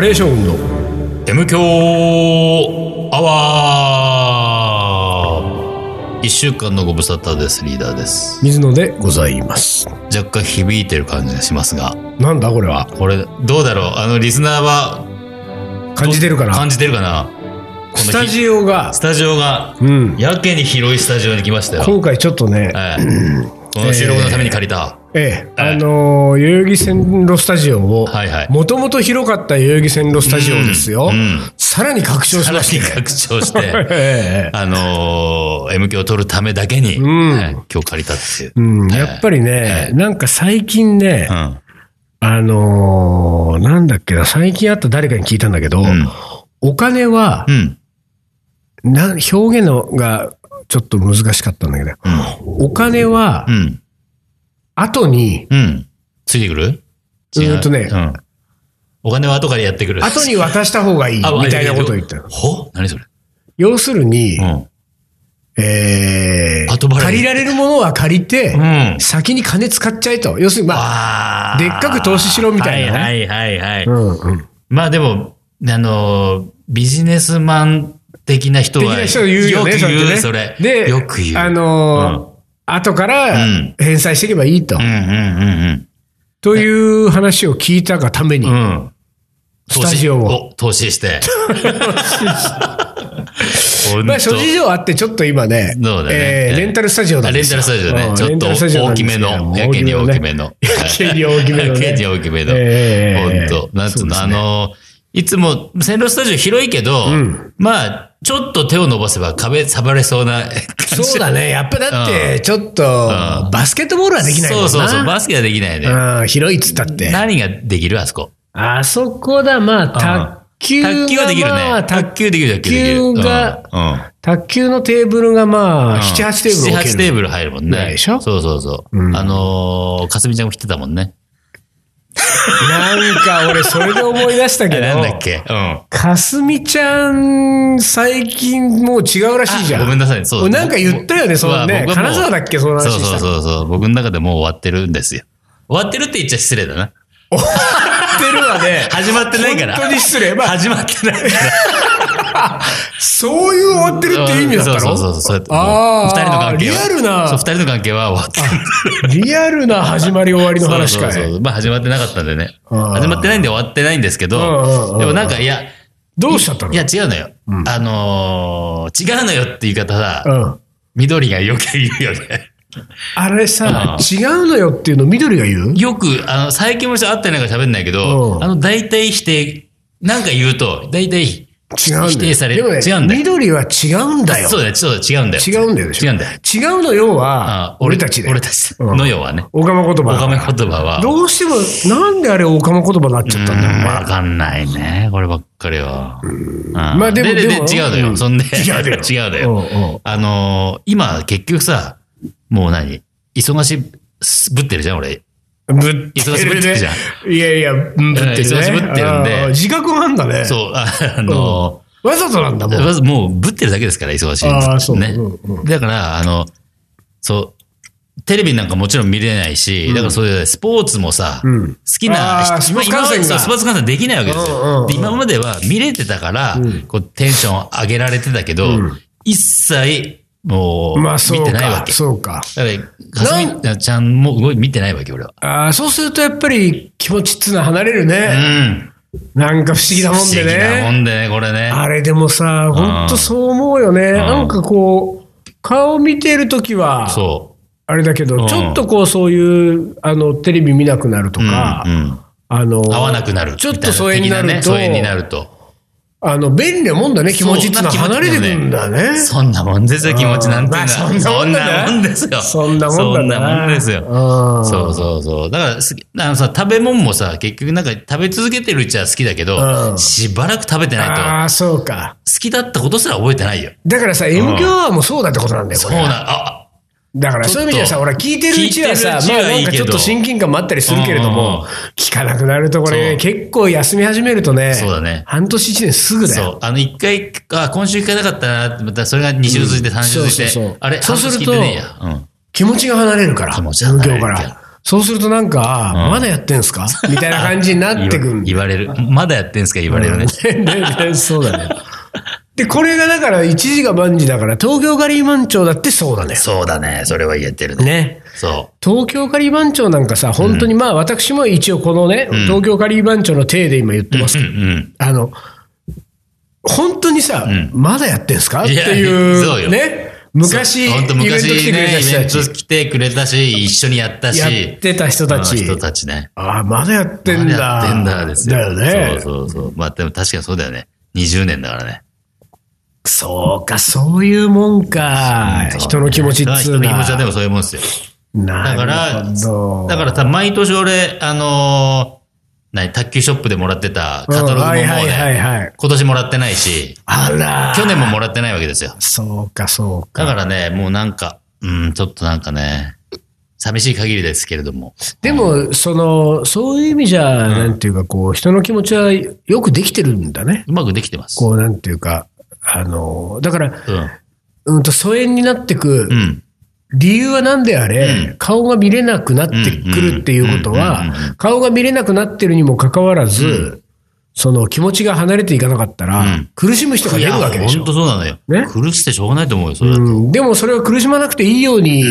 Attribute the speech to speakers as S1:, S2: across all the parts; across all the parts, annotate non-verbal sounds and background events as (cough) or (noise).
S1: レーションの
S2: M 強アワー一週間のご無沙汰ですリーダーです
S1: 水野でございます
S2: 若干響いてる感じがしますが
S1: なんだこれは
S2: これどうだろうあのリスナーは
S1: 感じてるかな
S2: 感じてるかなこの日
S1: スタジオが
S2: スタジオが
S1: うん
S2: やけに広いスタジオに来ましたよ、
S1: 今回ちょっとね
S2: はいこの収録のために借り
S1: え
S2: た、
S1: え
S2: ええ
S1: あのー代々木線路スタジオを
S2: はいはい
S1: もともと広かった代々木線路スタジオですよ、
S2: うんうん
S1: さらに拡張し
S2: さ
S1: ま
S2: ら
S1: し
S2: に
S1: て、ね、
S2: 拡張し
S1: (laughs)
S2: て
S1: ええ
S2: あのー、M 響を取るためだけに、
S1: ん
S2: はい今日借りたっていう、
S1: うん、やっぱりね、
S2: ええ
S1: なんか最近ね、
S2: うん
S1: あのーなんだっけな、最近会った誰かに聞いたんだけど、
S2: ん
S1: お金は、
S2: うん
S1: な表現のがちょっと難しかったんだけど、お金は
S2: う、ん
S1: 後に、
S2: うん。ついてくる
S1: うーんとね
S2: うんお金は後からやってくる。
S1: 後に渡した方がいい、
S2: あ
S1: みたいなことを言ったの。
S2: ほ何それ
S1: 要するに、
S2: うん。
S1: えー
S2: 後払い
S1: 借りられるものは借りて、
S2: うん
S1: 先に金使っちゃえと。要するに、まあ、
S2: あー
S1: でっかく投資しろみたいなね
S2: はいはいは
S1: う
S2: いはい。
S1: んうん。
S2: まあでも、あのー、ビジネスマン的な人
S1: 的
S2: は。
S1: な人言うよね、
S2: く
S1: そうやって
S2: 言う、
S1: ね
S2: それ。
S1: で、
S2: よく言う。
S1: あのー後から
S2: うん
S1: 返済していけばいいと。
S2: うんうん
S1: という話を聞いたがために、
S2: うんうん。うん。
S1: スタジオを。
S2: を。投
S1: (laughs)
S2: 資して。ほんと
S1: まあ、諸事情あって、ちょっと今ね、
S2: そうだね
S1: えーレンタルスタジオなんで
S2: レン
S1: す
S2: タ
S1: よ
S2: ルスタジオね
S1: う。ん
S2: ちょ
S1: レ
S2: っ
S1: ンタ
S2: と
S1: ルスタジオなん
S2: 大
S1: です
S2: き
S1: け
S2: め
S1: ども
S2: の。やけに大きめの。
S1: (laughs) 大きめのね。やけに大きめのね。
S2: やけに大きめの。
S1: ええ
S2: 本当なんつ
S1: そ
S2: うの、
S1: うです
S2: あ
S1: ね
S2: の、いつも線路スタジオ広いけど、
S1: ん
S2: まあ、ちょっと手を伸ばせば壁触れそうな感じ。
S1: そうだね。やっぱだって、ちょっと、
S2: ん
S1: バスケットボールはできないもん
S2: そう
S1: な。
S2: そうそう、バスケはできないね。
S1: うん広いっつったって。
S2: 何ができるあそこ。
S1: あそこだ、まあ、卓球が、
S2: 卓球はできる
S1: ま
S2: ね
S1: あ。
S2: 卓球できる、卓球できる。
S1: 卓球が
S2: うんうん
S1: 卓球のテーブルがまあ、7、8テーブル
S2: 7、
S1: 置ける。
S2: 8テーブル入るもん
S1: ぐらい
S2: ね。
S1: でしょ
S2: そうそうそう。
S1: うん
S2: あのー、かすみちゃんも来てたもんね。
S1: なんか俺、それで思い出した
S2: あ
S1: けど。
S2: れ (laughs) なんだっけうん。
S1: かすみちゃん、最近もう違うらしいじゃん。
S2: あごめんなさい。そう
S1: 俺なんか言ったよね、
S2: 僕
S1: そのね。
S2: 僕はもう
S1: 金沢だっけ、その話
S2: そう
S1: した
S2: そうそうそう。僕の中でもう終わってるんですよ。終わってるって言っちゃ失礼だな。。
S1: 言ってるわね
S2: (laughs) 始まってないから。
S1: 本当に失礼。まあ、
S2: 始まってないから。
S1: そういう終わってるっていう意味だったの
S2: そうそうそう。そうやってもう
S1: あー
S2: 二人の関係は。
S1: リアルな
S2: そう、二人の関係は終わってる。
S1: リアルな始まり終わりの話かい。
S2: そうそうそうまあ始まってなかったんでね。
S1: あー
S2: 始まってないんで終わってないんですけ
S1: うんうんうん
S2: ど、でもなんか、いや、
S1: どうしちゃったの
S2: いや違うのよ。あのー、違うのよって言い方は
S1: う、ん。
S2: 緑がよく言うよね。
S1: あれさ、
S2: う
S1: 違うのよっていうの緑が言う
S2: よく、あの、最近も人会ってないから喋んないけ
S1: う
S2: ど、
S1: ん
S2: あの、大体否定、なんか言うと、大体、
S1: 違うんだよ。
S2: 否定され
S1: で
S2: る
S1: もね
S2: 違うんだよ
S1: 緑は違うんだよ。
S2: そうだよ、そうだよ、違うんだよ。
S1: 違うんだよでしょ。
S2: 違うんだよ。
S1: 違うのよは
S2: あ、
S1: 俺たちで。
S2: 俺たち。
S1: うん
S2: のよはね。
S1: オカマ言
S2: お
S1: 葉。
S2: かめ言葉は。
S1: どうしても、なんであれオカマ言葉になっちゃったんだろう
S2: うん
S1: な
S2: わかんないね。こればっかりは。ま
S1: まあでもで
S2: で、
S1: も
S2: 違うの
S1: う
S2: よ。
S1: ん
S2: そんで。
S1: 違うのよ
S2: (laughs) 違うのよ。
S1: うんうん
S2: あのー、今、結局さ、もう何忙しぶってるじゃん、俺。
S1: ぶって
S2: 忙しぶってるじゃん
S1: ん。いやいや、ぶってるね。
S2: 忙しぶってるんで
S1: あー自覚もあんだね。
S2: そう、ああの
S1: わざとなんだも
S2: ー、
S1: ん。
S2: まずもう、ぶってるだけですから、忙しい。
S1: ああ、そう。
S2: ね
S1: う。んうん
S2: だから、あの、そう、テレビなんかもちろん見れないし、だからそれでスポーツもさ、
S1: うん
S2: 好きな
S1: あースポーツ観戦が
S2: 今までそうスポーツ観戦できないわけですよ。
S1: うんうんうん
S2: で今までは見れてたから、こうテンション上げられてたけ
S1: う
S2: ど、
S1: ん
S2: 一切もう
S1: まあ、そ
S2: 見
S1: う
S2: てないわ
S1: か。
S2: け。
S1: そうか。
S2: だから、かすみちゃんも動い見てないわけ、俺は。
S1: ああ、そうするとやっぱり気持ちっつうのは離れる
S2: う
S1: ね。
S2: ん。
S1: なんか不思議な
S2: 不
S1: もん
S2: 思
S1: で
S2: 議なも
S1: ね。
S2: んでね、これね。
S1: あれでもさ、ほんとそう思うよね。なんかこう、顔見てるときは、
S2: そ
S1: あれだけ
S2: う
S1: ど、
S2: ん
S1: ちょっとこうそういう、あの、テレビ見なくなると
S2: う。うん。う
S1: か、
S2: ん。
S1: あの、
S2: 合わなくなるみ
S1: ち
S2: た
S1: ょ
S2: い
S1: っ
S2: な。
S1: と疎遠になる
S2: 的
S1: と、
S2: 疎遠になると。
S1: あの、便利なもんだね、気持ちってのは
S2: そんな
S1: 離れ
S2: 気持ち
S1: てくんだね。
S2: そんなもんですよ、気持ちなんていうのは。
S1: うんまあそんなもんだね
S2: そんなもんですよ。
S1: そんなもんだな
S2: そんなもんですよ。
S1: うん
S2: そうそうそう。だからす、あのさ、食べ物もさ、結局なんか食べ続けてるうちは好きだけ
S1: う
S2: ど、
S1: ん
S2: しばらく食べてないと、
S1: ああ、そうか。
S2: 好きだったことすら覚えてないよ。
S1: だからさ、M 響アワーもそうだってことなんだよ、こ
S2: そう
S1: れ。
S2: な、あ、
S1: だからそういう意味ではさ、
S2: ちょっ
S1: 俺
S2: と
S1: 聞いてるうちはさ、
S2: 聞いて
S1: ま
S2: る
S1: あ
S2: う
S1: な
S2: ちはい
S1: ん
S2: いけど
S1: かちょっと親近感もあったりするけれど
S2: うんうんう
S1: も
S2: ん、
S1: 聞かなくなるとこれね、
S2: そ
S1: 結構休み始めるとね、
S2: そうだね
S1: 半年一年すぐだ
S2: そ
S1: よ。
S2: う。あの、一回、あ、今週行かなかったなって、またそれが二週続いて、三週続い
S1: そうそうそう
S2: て、あれ、
S1: そうすると
S2: 半年聞いてねえやうん。
S1: 気持ちが離れるから、
S2: 気
S1: M
S2: 持ちが離れ
S1: 響
S2: る
S1: か
S2: から
S1: ら。そうするとなんか、
S2: うん
S1: まだやってんす
S2: (laughs)
S1: かみたいな感じになってくるんだ
S2: 言われる。まだやってんすか言われるね。
S1: ね。 (laughs) そうだね。で、これがだから、一時が万事だから、東京ガリーマン町だってそうだね。
S2: そうだね。それは言えてるね。
S1: ね。
S2: そ
S1: 東京カリー番長なんかさ、本当にまあ私も一応このね、東京カリー番長の体で今言ってます
S2: う。う
S1: けど、
S2: ん
S1: あの、本当にさ、まだやってんすかって
S2: いやそう
S1: いう、
S2: よ
S1: ね、
S2: うん。
S1: 昔、イ
S2: そ
S1: ベ
S2: うほ
S1: ン
S2: ん
S1: ト
S2: と
S1: 来
S2: 昔
S1: てくれた
S2: ね、
S1: 人
S2: イ
S1: た
S2: ベン
S1: ち、
S2: ト来てくれたし、一緒にやったし。
S1: やってた人た
S2: うん
S1: ち
S2: 人、たちね。
S1: ああ、まだやってんだ。
S2: まやってんだですよ。
S1: だよね。
S2: そうそうそう。まあでも確かにそうだよね。20年だからね。
S1: そうか、そういうもんか。人の気持ちっつう
S2: 人の気持
S1: な
S2: ちはでもそういうもんですよ。だか
S1: な
S2: ら、
S1: るほど。
S2: だから多分毎年俺、あのー何、卓球ショップでもらってたカタログもも
S1: うんは
S2: うね、
S1: いはいはいはい
S2: 今年もらってないし、
S1: あら、
S2: 去年ももらってないわけですよ。
S1: そうか、そうか
S2: だ。からね、もうなんか、うん、ちょっとなんかね、寂しい限りですけれども。
S1: でも、その、そういう意味じゃ、なんていうか、こう、人の気持ちはよくできてるんだね。
S2: うまくできてます。
S1: こう、なんていうか、あの、だから、
S2: うん。
S1: うんと、疎遠になってく
S2: う、ん。
S1: 理由は何であれ、顔が見れなくなってくるっていうこと
S2: うんうんうん
S1: は、顔が見れなくなってるにもかかわらず、その気持ちが離れていかなかった
S2: う
S1: ら
S2: ん、
S1: 苦しむ人が
S2: い
S1: 出
S2: や、
S1: るわけでし
S2: ほ
S1: ょ
S2: ん。とそうなのよ。
S1: ね
S2: 苦しくてしょうがないと思うよ、それは。
S1: うん、でもそれは苦しまなくていいように、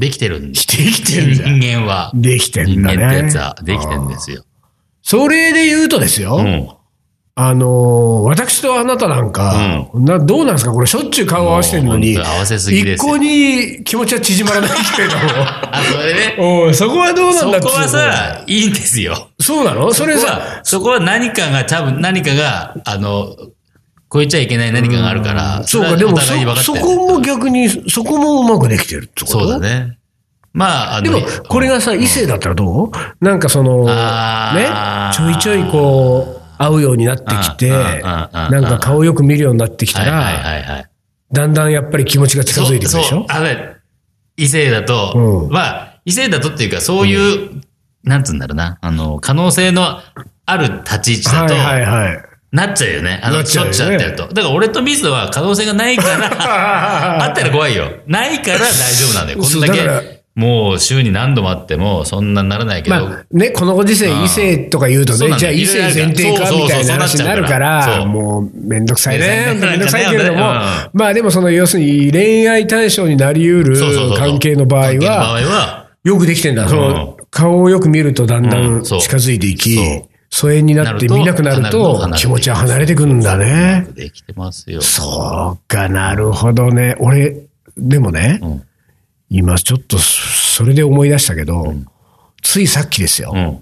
S2: できてるんで
S1: し
S2: す。
S1: てきてるじゃん。
S2: 人間は。
S1: できて
S2: 人
S1: ん
S2: 間
S1: だ
S2: ってや
S1: ね
S2: つ。はできてんですよ。
S1: それで言うとですよ、
S2: うん。
S1: あのー私とあなたなんか、などうなんですかこれしょっちゅう顔合わせてるのに、
S2: もう本当合わせすぎで
S1: 一
S2: すよ
S1: 向に気持ちは縮まらないけれ
S2: あ、それね。
S1: ども、 (laughs) おいそこはどうなん
S2: そ
S1: だっ
S2: こ
S1: ていう
S2: はさ、いいんですよ。
S1: そうなのそれさ、
S2: そこは何かが、多分何かが、あの、超えちゃいけない何かがあるから、
S1: そうか、
S2: れ
S1: で
S2: はお
S1: も
S2: 互いに分か
S1: そ
S2: って
S1: そ
S2: る
S1: こも逆に、そこもうまくできてるってこと
S2: そうだ。ね。まあ、あ
S1: で
S2: の、
S1: も、これがさ、異性だったらどうなんかその、ね、
S2: あ
S1: ち
S2: ー
S1: ょいちょいこう、会うようになってきて、
S2: うんうんうんうん
S1: なんか顔よく見るようになってきた
S2: はいはい
S1: ら、
S2: はいはい。
S1: だんだんやっぱり気持ちが近
S2: そう
S1: づいてくるでし
S2: そう
S1: ょ
S2: あの異性だと、
S1: うん
S2: まあ、異性だとっていうか、そういう、なんつうんだろうな、あの、可能性のある立ち位置だ
S1: はい
S2: と、
S1: はいはい。
S2: なっちゃうよね。あ
S1: な
S2: の、
S1: っ
S2: し
S1: ちゃう
S2: ょ
S1: よ
S2: っ
S1: ね
S2: ちゃってると。だから俺と水野は可能性がないか
S1: (laughs)
S2: ら、あったら怖いよ。ないから大丈夫なんだよ。こ
S1: そ
S2: ん
S1: う
S2: だ
S1: だから
S2: け、もう週に何度もあっても、そんなにならないけど。
S1: まあね、このご時世、異性とか言うと
S2: そう
S1: ね、
S2: なん
S1: じゃ
S2: だ
S1: あ
S2: よ
S1: 異性前提か
S2: そうそうそう
S1: みたいな話になるか
S2: そうなっちゃうから
S1: ら、
S2: そう
S1: もうめんどくさいね、
S2: ね
S1: めんどくさいけれども、
S2: ね
S1: まあでもその要するに恋愛対象になり得る
S2: そうそうそうそう
S1: 関係の場合
S2: 関係の場
S1: は、
S2: 合は、
S1: よくできてんだ。その顔をよく見るとだんだ
S2: うんんそう
S1: 近づいていき
S2: そう、
S1: 疎遠になって見なくなると
S2: なると離れていく
S1: 気持ちは離れてくんだね。
S2: できてますよ。
S1: そうかなるほどね。俺、でもね、
S2: ん
S1: 今ちょっとそれで思い出したけど、ついさっきですよ。
S2: うん。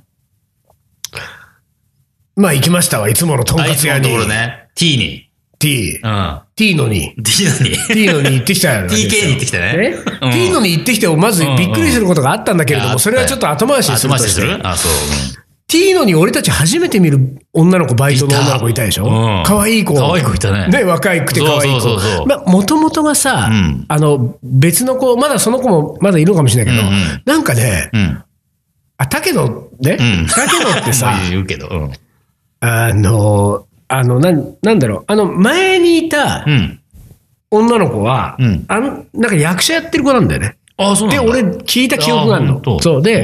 S1: まあ行きましたわ、いつものとん
S2: あ
S1: か
S2: い
S1: つ
S2: つ
S1: 屋
S2: の
S1: に
S2: と。ころね、T に。
S1: T
S2: う、ん。
S1: T のに、
S2: T のに。
S1: T のに行ってき
S2: (laughs)
S1: た
S2: TK に行ってきたね。
S1: ね T のに行ってきて、まずびっくりすることがあったんだけれど
S2: うんあ
S1: も、
S2: った
S1: それはちょっと後回しにす
S2: 後
S1: ると
S2: 回し
S1: し
S2: す
S1: て。
S2: るあ、そう。
S1: T のに俺たち初めて見る女の子、バイトの女の子いたでしょ
S2: いたうん
S1: 可愛い子。
S2: 可愛い子いたね
S1: ね、若いくて可愛い
S2: そうそうそうそ
S1: 子。
S2: う
S1: まあ、もともとがさ
S2: うん、
S1: あの、別の子、まだその子もまだいるのかもしれないけど
S2: うんうん、
S1: なんかね、
S2: うん。うん。
S1: あ、だけどね
S2: うん、
S1: だけどって
S2: (laughs)
S1: さ
S2: まあ、言うけど。うん。
S1: あの、あの、なん、なんだろう、あの、前にいた
S2: うん。
S1: 女の子は、
S2: うん
S1: あの、なんか役者やってる子なんだよね。
S2: あ、そうな
S1: で、
S2: んだ
S1: 俺、聞いた記憶がある
S2: あ本
S1: の。
S2: 当
S1: そう
S2: お
S1: で、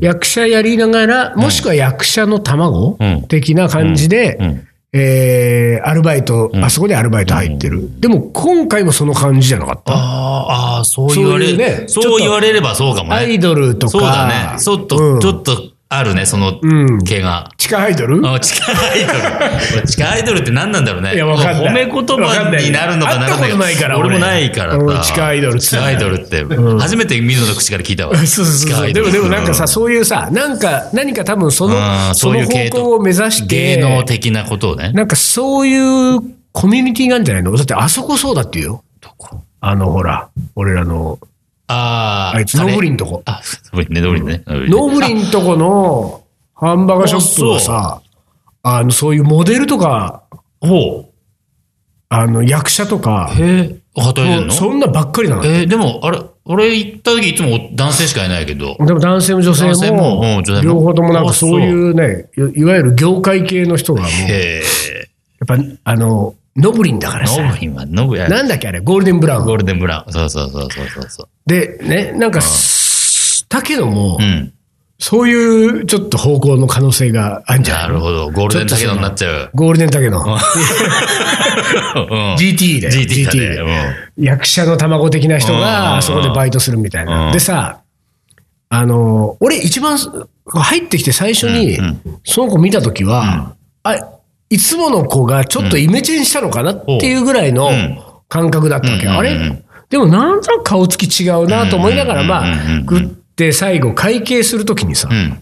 S2: ー
S1: 役者やりながら、もしくは役者の卵
S2: うん
S1: 的な感じで、
S2: うん。
S1: えーアルバイト、あそこでアルバイト入ってる。でも、今回もその感じじゃなかった。
S2: あーあー、そう言わ
S1: そういうね
S2: れ、
S1: ちょっ
S2: そう
S1: と
S2: 言われればそうかもね。
S1: アイドルとか、
S2: そうだね。ちょっと、
S1: うん
S2: ちょっとあるね、その
S1: うん
S2: 系が。
S1: 地下アイドル
S2: あ地下アイドル (laughs) 俺。地下アイドルって何なんだろうね。
S1: いやわかんない
S2: 褒め言葉になるのかなら
S1: わかんない会ったことないから
S2: 俺
S1: 俺
S2: もないから
S1: う
S2: さ
S1: ん地下アイドルって
S2: 地下アイドルって、初めて水野の口から聞いた
S1: (laughs)
S2: わ。
S1: そうそう
S2: 地下
S1: そ
S2: ア
S1: う。
S2: イ
S1: で
S2: ド
S1: も、で
S2: ル
S1: もなんかさ、、そういうさ、なんか、何か多分その
S2: あ、ー
S1: そ
S2: そうい
S1: の
S2: う系
S1: 方
S2: 統
S1: 向を目指して、
S2: 芸能的なことをね。
S1: なんかそういうコミュニティなんじゃないのだってあそこそうだって言うよ。あのほら、俺らの、
S2: ああ、
S1: あいつ、ノ
S2: カレー
S1: ーブリンとこ。
S2: あ、 (laughs) ノブリンね、ノブリンね。ノ
S1: ノーブ
S2: ン
S1: リンとこのハンバーガーショップはさ、あの、そういうモデルとか、
S2: ほ
S1: あの、役者とか
S2: う。、へえ。働いてん
S1: もう
S2: の
S1: そんなばっかりなの。
S2: えーでも、あれ、俺行った時いつも男性しかいないけど。
S1: でも男性も女
S2: 男
S1: 性
S2: 性も
S1: も
S2: うん女性、も
S1: 両方ともなんかそういうね、いいわゆる業界系の人がもう、やっ
S2: へえ。
S1: ぱ、あの、ノブリンだからさ、
S2: ノブリンは、ノブリン。
S1: なんだっけあれ、ゴールデンブラウン
S2: ゴ。ールデンブラウン。そうそうそうそうそうそう。
S1: で、ね、なんか、すだけども
S2: う、ん。
S1: そういうちょっと方向の可能性があるんじゃな
S2: ないるほど。ゴールデンタケノになっちゃう。
S1: ゴールデンタケの。
S2: うん
S1: (laughs) GT だよ。
S2: GT だね
S1: GT 役者の卵的な人
S2: うん
S1: が、そこでバイトするみたい
S2: うん
S1: な。でさ、あの、俺一番、入ってきて最初に
S2: うん、
S1: その子見たときは、あ、いつもの子がちょっとイメチェンしたのかなっていうぐらいの
S2: ん
S1: 感覚だったわけ。
S2: うん
S1: あれでもなんとなく顔つき違うなと思いながら、まあ
S2: うんうんうん、うん
S1: 食って最後会計するときにさ
S2: う、ん。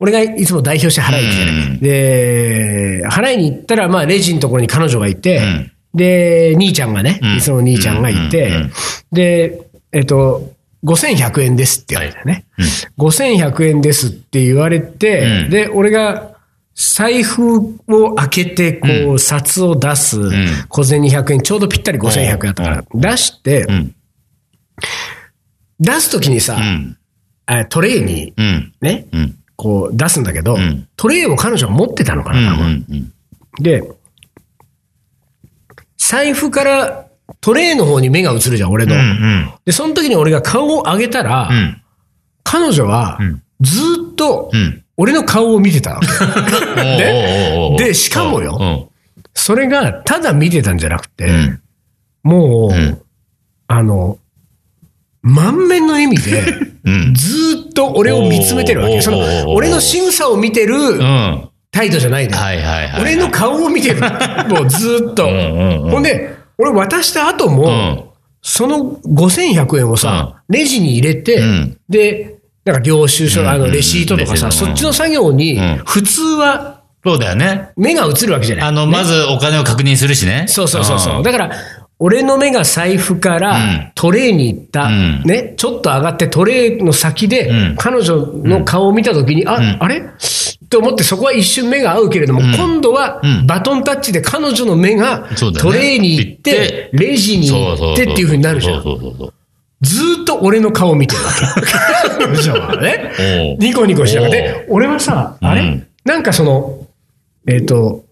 S1: 俺がいつも代表して払いに来て
S2: うんうん
S1: ね、で、払いに行ったら、まあ、レジのところに彼女がいて、
S2: うん
S1: で、兄ちゃんがね、
S2: うん
S1: いつもの兄ちゃんがいて、
S2: うんうんうん
S1: で、えっと、5100円ですって言われたね。
S2: はい
S1: 5100円ですって言われて、
S2: うん
S1: で、俺が財布を開けて、こう、札を出す、小銭100円、ちょうどぴったり5100円だったから、出して、
S2: うん。
S1: 出すときにさ
S2: う、ん。
S1: あトレイに
S2: うん。
S1: ね、
S2: うん。
S1: こう出すんだけど、
S2: ん
S1: トレイを彼女が持ってたのか
S2: う
S1: な、多分
S2: ん。うん。
S1: で、財布からトレイの方に目が映るじゃん、俺の。
S2: うん。
S1: で、その時に俺が顔を上げたら、
S2: うん。
S1: 彼女は
S2: ん、
S1: ずーっと
S2: うん。
S1: 俺の顔を見てたわ
S2: (laughs)
S1: け。
S2: おうおうおうおう
S1: でしかもよ
S2: うん
S1: それが、ただ見てたんじゃなくて、
S2: うん。
S1: もう、
S2: うん
S1: あの、満面の意味
S2: (laughs)
S1: で、
S2: うん。
S1: ずーっと俺を見つめてるわ
S2: おー
S1: け。その
S2: おー、
S1: 俺の仕草を見てる
S2: うん。は
S1: 態度じゃない
S2: い
S1: のよ。
S2: はいはい。
S1: 俺の顔を見
S2: (laughs)
S1: てる。もうずーっと。
S2: うんうんうん
S1: ほんで、俺渡した後も、
S2: うん
S1: その5100円をさ、レジに入れて、
S2: うん
S1: で、なんか領収書、あ
S2: うんうん
S1: の、
S2: うん
S1: レシートとかさ、
S2: レシー
S1: そ
S2: トうん
S1: っちの作業に
S2: うん、
S1: 普通は
S2: そうだよね。
S1: 目が映るわけじゃない。
S2: あの、まずお金を確認するしね。
S1: そうそうそうそう。
S2: ん
S1: だから、俺の目が財布か
S2: うん
S1: らトレーに行った、
S2: うん
S1: ね、ちょっと上がってトレーの先で、
S2: うん
S1: 彼女の顔を見たときに、あ、あれと思ってそこは一瞬目が合うけれども、今度は
S2: うん
S1: バトンタッチで彼女の目が
S2: そうだよ
S1: ト
S2: ね
S1: レーに行って、レジに
S2: そう
S1: 行
S2: そうそう。
S1: ってっていうふうになるじゃん。
S2: そうそうそう
S1: ずーっと俺の顔を見てるわけ。彼女はね。
S2: そう。
S1: ニコニコしながら。で、俺はさ、あれ、
S2: うん
S1: なんかその、えっ、と、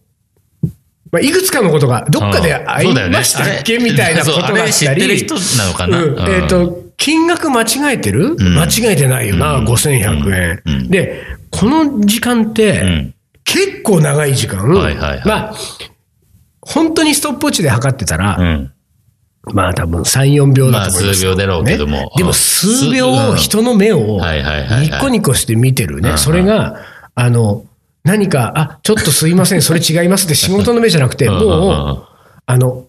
S1: まあ、いくつかのことが、どっかで
S2: うん
S1: 会
S2: そう
S1: い
S2: だよね
S1: ましたっけ、みたいなことがあったり。
S2: そうあれ知ってる人なのかな
S1: うん
S2: うん
S1: えっ、と、金額間違えてる、
S2: ん
S1: 間違えてないよな、5100円、
S2: うん
S1: で、この時間って、
S2: ん
S1: 結構長い時間、
S2: はいはいはい
S1: まあ、本当にストップウォッチで測ってたら、
S2: うん。
S1: まあ多分3、4秒だと思います、
S2: まあ数秒だろうけども
S1: ね
S2: うん
S1: でも数秒
S2: うん
S1: 人の目を
S2: はいはいはいはい
S1: ニコニコして見てる
S2: うんう
S1: ね。
S2: ん
S1: それが、あの、何か、あ、ちょっとすいません、それ違います
S2: (laughs)
S1: って仕事の目じゃなくて、
S2: うんうんうんうん
S1: もう、あの、好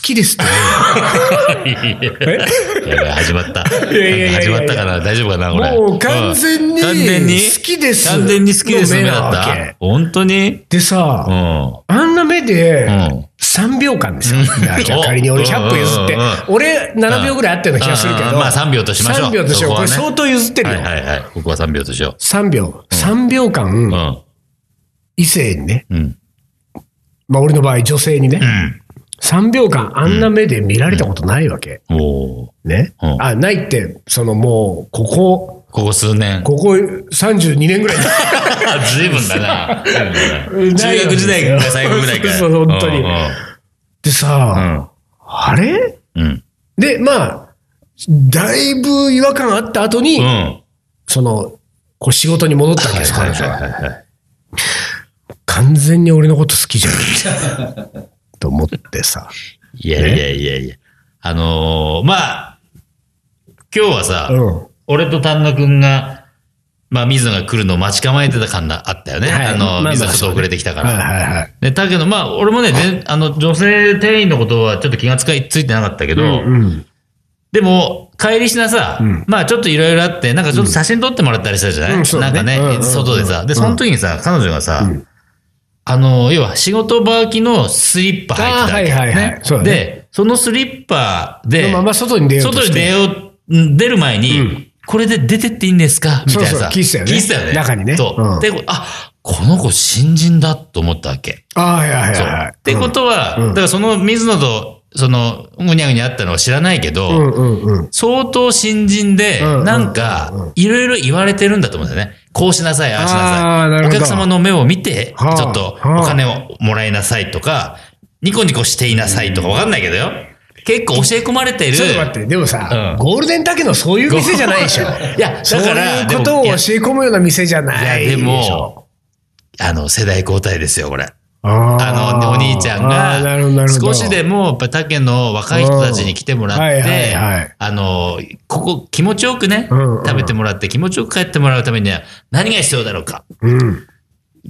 S1: きですって
S2: やばい、始まった。
S1: いやいやいや
S2: 始まったかな大丈夫かなこれ。
S1: もう完全に
S2: うん完全に
S1: 好きです
S2: 完全に好きです
S1: の
S2: の
S1: 目
S2: 目
S1: な
S2: だ
S1: わけ
S2: った。本当に
S1: で
S2: う
S1: さ、
S2: ん。
S1: あんな目で
S2: うん
S1: 3秒間ですよ。
S2: ん
S1: いやじゃあ仮に俺100歩譲って
S2: うんうんうんうん、
S1: 俺7秒ぐらいあったような気がするけ
S2: うんう
S1: ど、
S2: んまあ3秒としましょう
S1: 3秒としよう。
S2: そ
S1: こ
S2: こは
S1: れ
S2: ね
S1: 相当譲ってる
S2: は
S1: よ
S2: い。はいはい。ここは3秒としよ
S1: 3秒、3秒
S2: う。う
S1: 間、
S2: ん。
S1: 異性にね、
S2: うん。
S1: まあ俺の場合女性にね、
S2: うん。
S1: 3秒間あんな目で見られたことないわけ。
S2: おー
S1: ね。
S2: うん
S1: あ、ないって、そのもう、ここ、
S2: ここ数年。
S1: ここ32年ぐらい
S2: (laughs) 随分だ
S1: (laughs)
S2: な。
S1: うん
S2: 中学時代が最後ぐらいか
S1: (laughs)
S2: ら。
S1: そうそう本当に
S2: うんうん
S1: でさ、あれ
S2: うん。うん。
S1: で、まあ、だいぶ違和感あった後に、
S2: うん。
S1: その、こう仕事に戻ったわけです、
S2: はい
S1: 彼
S2: は
S1: 女は。
S2: いはいはい。
S1: 完全に俺のこと好きじゃん。 (laughs) と思ってさ。
S2: いやいやいやいや。あのー、まあ、今日はさ、
S1: うん。
S2: 俺と丹野くんが、まあ、水野が来るのを待ち構えてた感があったよね。
S1: はいまあ
S2: あ
S1: ま
S2: の、
S1: あ
S2: 水野ちょっと遅れてきたか
S1: はい
S2: ら。
S1: はいはい。
S2: で、だけど、まあ、俺もね、全あの、女性店員のことはちょっと気がつかいついてなかったけど、
S1: うん。
S2: でも、帰りしなさ、
S1: うん
S2: まあちょっといろいろあって、なんかちょっと写真撮ってもらったりしたじゃない、
S1: うんそうだ
S2: なん
S1: ね
S2: かね、
S1: うんうんうん
S2: 外でさ。で、その時にさ、彼女がさ、
S1: うん
S2: あの、要は仕事場着のスリッパ履いてたわけ、ね
S1: あーはいはいはいそうだね
S2: で、そのスリッパ
S1: そ
S2: で
S1: の、まま外に出ようと
S2: 外
S1: し
S2: に
S1: て。
S2: 出よう、うん出る前に、
S1: うん
S2: これで出てっていいんですかみたいなさ。
S1: そうそう聞いてたよね
S2: 聞いてたよね。
S1: 中にね
S2: そう。
S1: うん
S2: で、あ、この子新人だと思ったわけ。
S1: ああ、はいはい
S2: そう
S1: はい。
S2: ってことは、
S1: うん
S2: だからその水野と、その、ぐにゃぐにゃあったのは知らないけど、
S1: うんうんうん。
S2: 相当新人で、
S1: うんうん
S2: なんか、いろいろ言われてるんだと思うんだよね。こうしなさい、ああし
S1: あー
S2: な
S1: なる
S2: さい。お
S1: ほど
S2: 客様の目を見て、
S1: はあ
S2: ちょっと
S1: はあ
S2: お金をもらいなさいとか、ニコニコしていなさいとかわかんないけどよ。結構教え込まれてる。
S1: ちょっと待って、でもさ、
S2: うん
S1: ゴールデンだけのそういう店じゃないでしょ。
S2: (laughs) いや
S1: そう
S2: だから
S1: いうことを
S2: で
S1: 教え
S2: も
S1: 込むような店じゃ
S2: いや、
S1: ない
S2: で
S1: でしょ。
S2: も、あの、世代交代ですよ、これ。
S1: あ
S2: あの、お兄ちゃん
S1: あーなるほどな
S2: が、
S1: るほど
S2: 少しでも、やっぱ、他県の若い人たちに来てもら
S1: うんはい
S2: っ
S1: はい
S2: て
S1: はい、
S2: あの、ここ、気持ちよくね、
S1: うんうん
S2: 食べてもらって、気持ちよく帰ってもらうためには、何が必要だろうか。
S1: うん。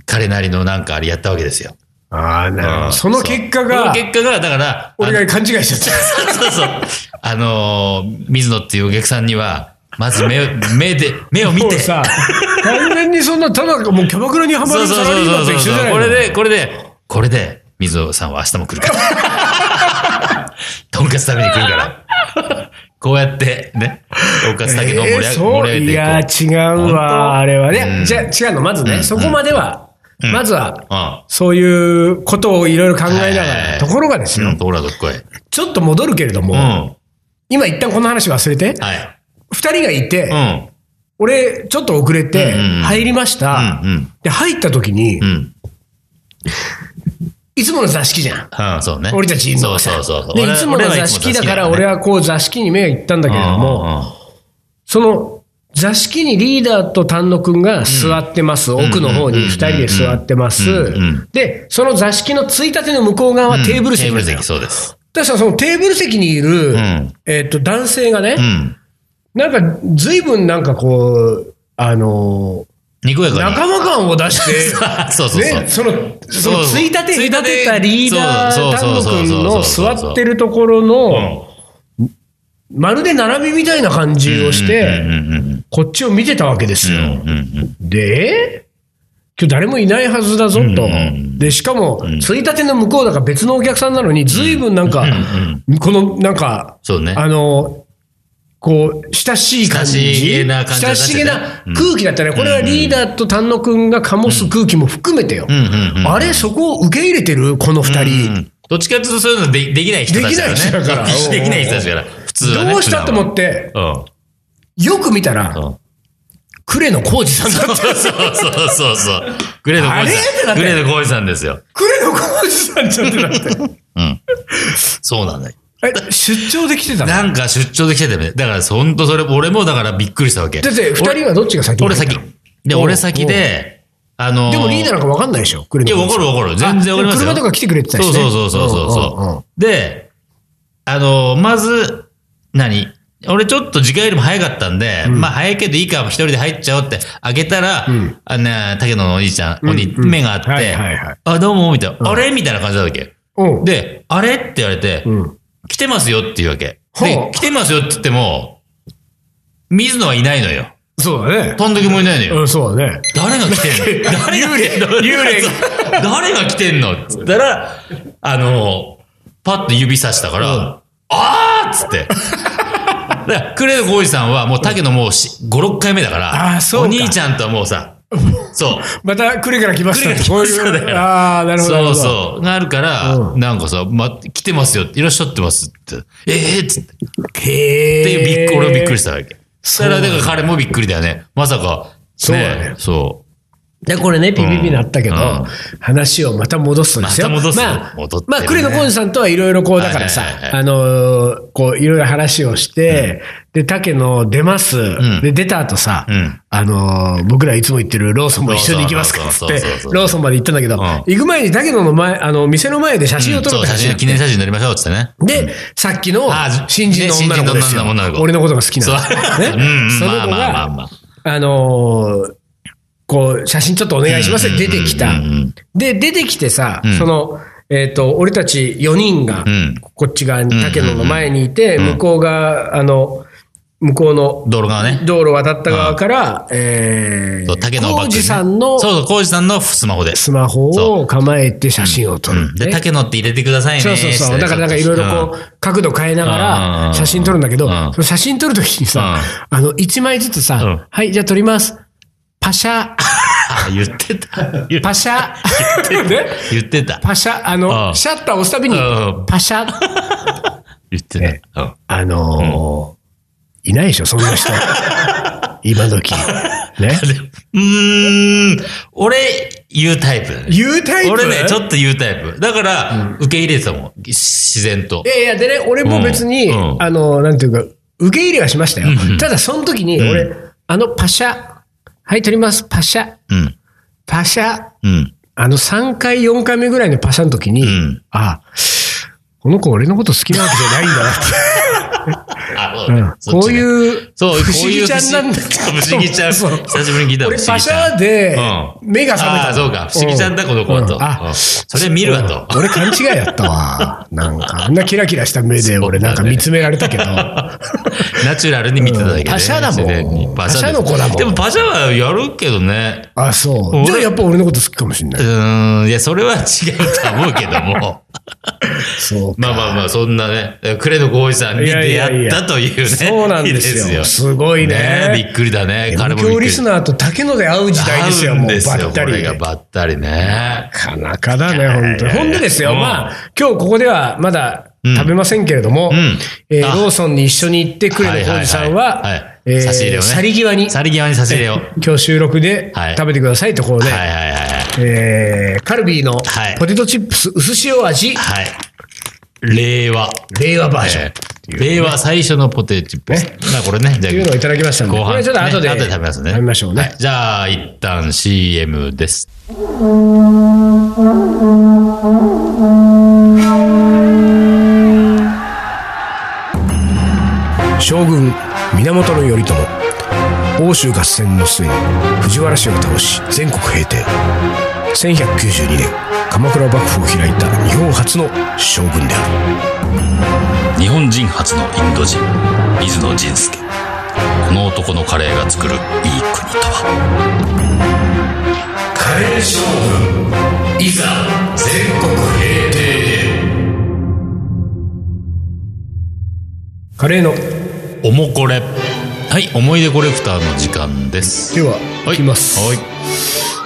S2: 彼なりのなんかあれやったわけですよ。
S1: ああ、なるほ
S2: う
S1: ど。
S2: ん
S1: その結果
S2: そ
S1: が
S2: の、結果が、だから、あの
S1: 俺が勘違いしちゃっ
S2: (laughs) そうそう。あのー水野っていうお客さんには、まず目を、目で、目を
S1: た。
S2: 見
S1: もう
S2: て。そう
S1: さ、完全にそんな、ただもうキャバクラにはま
S2: そう
S1: るサ
S2: そう
S1: ラリーマ
S2: そ
S1: ン
S2: う
S1: と
S2: そ
S1: 一
S2: う
S1: 緒じゃないの
S2: これで、これで、これで、水野さんは明日も来る
S1: (laughs)
S2: から。とんかつ食べに来るから。こうやって、ね、とんかつだけの盛り上
S1: え
S2: げ
S1: ー
S2: 盛
S1: そ
S2: り
S1: う
S2: 上
S1: い
S2: げ
S1: や、
S2: ていこ
S1: 違うわ、あれはね。じゃあ違うの、まずね、
S2: うん
S1: そこまでは、
S2: うん
S1: まずは、
S2: う。うん。
S1: そういうことをいろいろ考えなが
S2: はい
S1: ら、ところがですよ、
S2: うん、ところがどっこい。う
S1: ちょっと戻るけれども、
S2: ん。は
S1: 今一旦この話忘れて、
S2: い。
S1: 二人がいて、
S2: うん。
S1: 俺、ちょっと遅れて
S2: うんうんうん、
S1: 入りました、
S2: うん。
S1: で、入った時に、
S2: うん。うん。
S1: いつもの座敷じゃん。
S2: うん、そうね。
S1: 俺たちいるの
S2: そう
S1: がさ
S2: そうそうそう。
S1: で、い
S2: 俺は
S1: つもの座敷だから、俺
S2: は
S1: はこう座敷に目が行ったんだ
S2: いつ
S1: けれ
S2: も座敷
S1: ど
S2: だ
S1: も、その座敷にリーダーと丹野くんが座ってます。奥の方に
S2: うんうんうんうん
S1: 2人で座ってま
S2: うんうん
S1: す。で、その座敷のついたての向こう側
S2: うんうん
S1: はテーブル席
S2: テー
S1: なん
S2: ブル
S1: だよ
S2: 席、。そうです。
S1: だからそのテーブル席にいる、
S2: うん
S1: えっと、男性がね
S2: う、ん。
S1: なんか随分なんかこう、あの
S2: にこや
S1: ー、
S2: かに。
S1: 仲間感を出して、
S2: (laughs) そうそうそう。
S1: ね、その、そ
S2: そう
S1: のついたて、
S2: ついた
S1: 隔
S2: て
S1: てたリーダー、
S2: そう
S1: 丹
S2: そ
S1: 野
S2: うそう
S1: くん
S2: そ
S1: の
S2: うそうそう
S1: 座ってるところの、まるで並びみたいな感じをし
S2: う
S1: て
S2: ん、うんうん
S1: こっちを見てたわけです
S2: うん
S1: よ。
S2: うんうん
S1: で、今日誰もいないはずだぞ
S2: うんうん
S1: と
S2: うん。
S1: で、しかも、ついたての向こうだから別のお客さんなのに、ずいぶんなんか、この、なんか、
S2: そうね。
S1: あの、こう、親しい感じ。
S2: 親しげな感じ
S1: 親しげな
S2: うん
S1: 空気だったね。これはリーダーと丹野くんが醸す空気も含めてよ
S2: う。んうんうん
S1: あれ、そこを受け入れてるこの二
S2: う
S1: 人。
S2: んどっちかっていうとそういうのでできない人たちだからね。
S1: できない人だからうん
S2: (laughs) できない人たちだから。普通はね。。
S1: どうしたと思ってて、
S2: うん。
S1: よく見た
S2: う
S1: ら、
S2: ん
S1: 呉野浩二さんだった。
S2: そうそうそうそう。グレード
S1: あ
S2: 浩
S1: れっ
S2: 二
S1: て
S2: さ。
S1: なんって
S2: グレード浩二さんですよ。
S1: 呉野浩二さんじゃんってなって。
S2: (laughs) うん。そうなんだよ。
S1: え、出張で来てたの
S2: なんか出張できてたよね。だから、ほんとそれ、俺もだからびっくりしたわけ。
S1: だって、二人はどっちが先に
S2: 俺先。で、
S1: おう
S2: 俺先で、あの
S1: でもリーダーなんか分かんないでしょ、い
S2: いや、わかるわかる。全然わかりますよ。
S1: 車とか来てくれてたし、ね。
S2: そうそうそうそうそう。
S1: んんん
S2: で、あのまず、何俺ちょっと時間よりも早かったんで、まあ早いけどいいか、一人で入っちゃおうって、開けたら、
S1: うん
S2: あのね、竹野のおじいちゃん、おに、
S1: うんうん
S2: 目があって、
S1: はいはいはい
S2: あ、どうも、みたいな、あれみたいな感じだったわけ。
S1: うん。
S2: で、あれって言われて、
S1: うん。
S2: 来てますよっていうわけ。
S1: ほ
S2: で
S1: う、
S2: 来てますよって言っても、水野はいないのよ。
S1: そうだね。
S2: とんどきもいないのよ。
S1: うん、そうだね。
S2: 誰が来てんの誰が来てんの
S1: 幽霊
S2: 誰が来てんのっつったら、あの、パッと指さしたから、あーっつって。だから、クレド浩二さんはもう竹野もうし5、6回目だから、
S1: あーそうか
S2: お兄ちゃんとはもうさ、そう。
S1: また、クレから来ましたって。
S2: クレから来ましただよ
S1: あ (laughs) あ、なるほど。
S2: そうそう。があるから、
S1: う
S2: なんかさ、ま、来てますよ、いらっしゃってますって。えーっつって。っ
S1: う。へえ。
S2: ていうびっく、俺もびっくり
S1: し
S2: したわけ。それはだから彼もびっくりだよね。まさか、
S1: そうだね
S2: そう。
S1: た。で、これね、PPP になったけど、
S2: うん
S1: 話をまた戻すとですよ。
S2: また戻す
S1: まあ
S2: 戻って、るね
S1: まあ、クレのコンさんとはいろいろこう、だからさ
S2: はいはいはい、
S1: あのー、こう、いろいろ話をして、で、竹野出ます。
S2: ん
S1: で、出た後さ
S2: うん、
S1: あのー、僕らいつも行ってるローソンも一緒に行きますかっつ
S2: そ
S1: って
S2: うそうそうそうそう、
S1: ローソンまで行ったんだけど、
S2: ん
S1: 行く前に竹野の前、あの、店の前で写真を撮
S2: そ
S1: ろう
S2: う、
S1: って話
S2: 写
S1: にな
S2: 真、
S1: って
S2: 記念写真になりましょうっつってね。
S1: で、さっきの
S2: あ
S1: 新人の女の子ですよ
S2: ね新人の女の。子
S1: 俺のことが好きなの。
S2: (laughs) そう
S1: ね
S2: うん
S1: その子
S2: まあまあまあ
S1: が
S2: ま、
S1: あのー、こう、写真ちょっとお願いしますって出てきた
S2: うんうんうんうん。
S1: で、出てきてさ
S2: ん、
S1: その、えっと、俺たち4人が
S2: うん、
S1: こっち側に、竹野の前にいて、向こうが、あの、向こうの
S2: 道路側ね。
S1: 道路渡った側から、え
S2: そう、竹野をバック
S1: 浩
S2: にね
S1: 二さんの
S2: そうそう、浩二さんのスマホで。
S1: スマホを構えて写真を撮
S2: うん
S1: る。
S2: で、
S1: ね
S2: 竹野って入れてくださいね。
S1: そうそうそう。だからなんかいろいろこう、角度変えなが
S2: うんうんうん
S1: ら写真撮るんだけど、
S2: うん
S1: その写真撮るときにさ、あの、一枚ずつさ、
S2: うん
S1: はい、じゃあ撮ります。パシャ、
S2: うん。あ言ってた。言っ
S1: パシャ、ね
S2: 言ってた。
S1: パシャ、あの、
S2: うん
S1: シャッター押すたびに
S2: うん、
S1: パシャ、
S2: 言ってた。うん
S1: あのーいないでしょ、そん
S2: (laughs)
S1: な人。今時。ね。
S2: うーん、俺、言うタイプだね。
S1: 言うタイプ
S2: 俺ね、ちょっと言うタイプ。だから、受け入れてたもん。自然と
S1: い。やいや、でね、俺も別に、
S2: うんうん
S1: あの、なんていうか、受け入れはしましたよ。
S2: うん
S1: ただ、その時に、
S2: うん
S1: 俺、あのパシャ、はい、取ります、パシャ、
S2: うん。
S1: パシャ、
S2: うん。
S1: あの3回、4回目ぐらいのパシャの時に、
S2: うん
S1: あ、この子俺のこと好きなわけじゃないんだなって
S2: あ、そうね (laughs)
S1: う
S2: そ
S1: ん
S2: っ
S1: (laughs) こ
S2: ち
S1: う
S2: ね
S1: いう、
S2: そう、
S1: 不思議ちゃんなんだ
S2: こういう不思議ちゃん。
S1: そう
S2: 久しぶりに聞いた
S1: 俺、パシャで目が覚めたの
S2: ああー、そうか。不思議ちゃんだ、この子はと。
S1: うんあ
S2: うんそれ見るわと。
S1: 俺勘違いやったわ。なんか、あんなキラキラした目で俺なんか見つめられた
S2: (laughs)
S1: けど。
S2: ナチュラルに見てただけで、
S1: うんパシャだもん
S2: 自然にパシャ
S1: パシ
S2: です
S1: ャの子だもん
S2: でもパシャはやるけどね。
S1: あ、そう。
S2: 俺
S1: じゃあやっぱ俺のこと好きかもしれ
S2: う
S1: ない。
S2: ーん、いや、それは違うと思うけど
S1: (laughs)
S2: も。
S1: そうか。
S2: まあまあまあ、 (laughs) そんなね、クレドゴーイさんに
S1: いやい
S2: 出
S1: やい
S2: 会っ
S1: や
S2: たというね。
S1: そうなんです
S2: 日
S1: よ。すごい
S2: ねび
S1: ね。
S2: っくりだね。彼
S1: 東
S2: もびっ
S1: 京
S2: くり。
S1: リスナーと竹野で会う時代ですよ、
S2: 合うん
S1: もう
S2: ですよ
S1: ばった
S2: これ
S1: り。
S2: が
S1: な
S2: ばったりね。
S1: かなかだね、本当
S2: いやいやい
S1: に。
S2: や
S1: ほんでですよ、
S2: うん
S1: まあ、今日ここではまだ
S2: うん
S1: 食べませんけれども
S2: うん、
S1: えー
S2: あ
S1: ローソンに一緒に行ってくれの浩二さん
S2: はいはいはいは、
S1: はいえ
S2: 差し入れを
S1: ー
S2: ね
S1: 去り際に、
S2: 去り際に差し入れを。はい
S1: 今日収録で
S2: はい
S1: 食べてくださいとこうね、
S2: はいはいはい。
S1: えーカルビーの
S2: はい
S1: ポテトチップス薄塩味、
S2: はい。令和。
S1: 令和バージョンっ
S2: えー令和最初のポテチップス。
S1: ね
S2: まあこれね、じゃ
S1: ていうのをいただきました
S2: あ
S1: ので、
S2: 後
S1: こ
S2: 半、
S1: れ
S2: ね、
S1: ちょっと後で
S2: 後で食べますね。
S1: 食べましょうね。
S2: はいじゃあ、一旦 CM です。
S1: 将軍源頼朝欧州合戦の末に藤原氏を倒し全国平定1192年鎌倉幕府を開いた日本初の将軍である
S3: 日本人初のインド人水野仁介この男のカレーが作るいい国とは
S2: カレー将軍、いざ、全国平定
S1: カレーの
S2: おもこれ。はい、思い出コレクターの時間です。
S1: では、
S2: はい
S1: いきます、
S2: はい。